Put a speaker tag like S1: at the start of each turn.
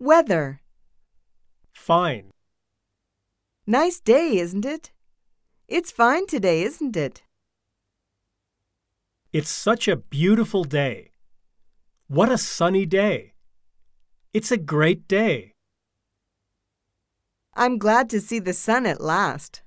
S1: Weather.
S2: Fine.
S1: Nice day, isn't it? It's fine today, isn't it?
S2: It's such a beautiful day. What a sunny day. It's a great day.
S1: I'm glad to see the sun at last.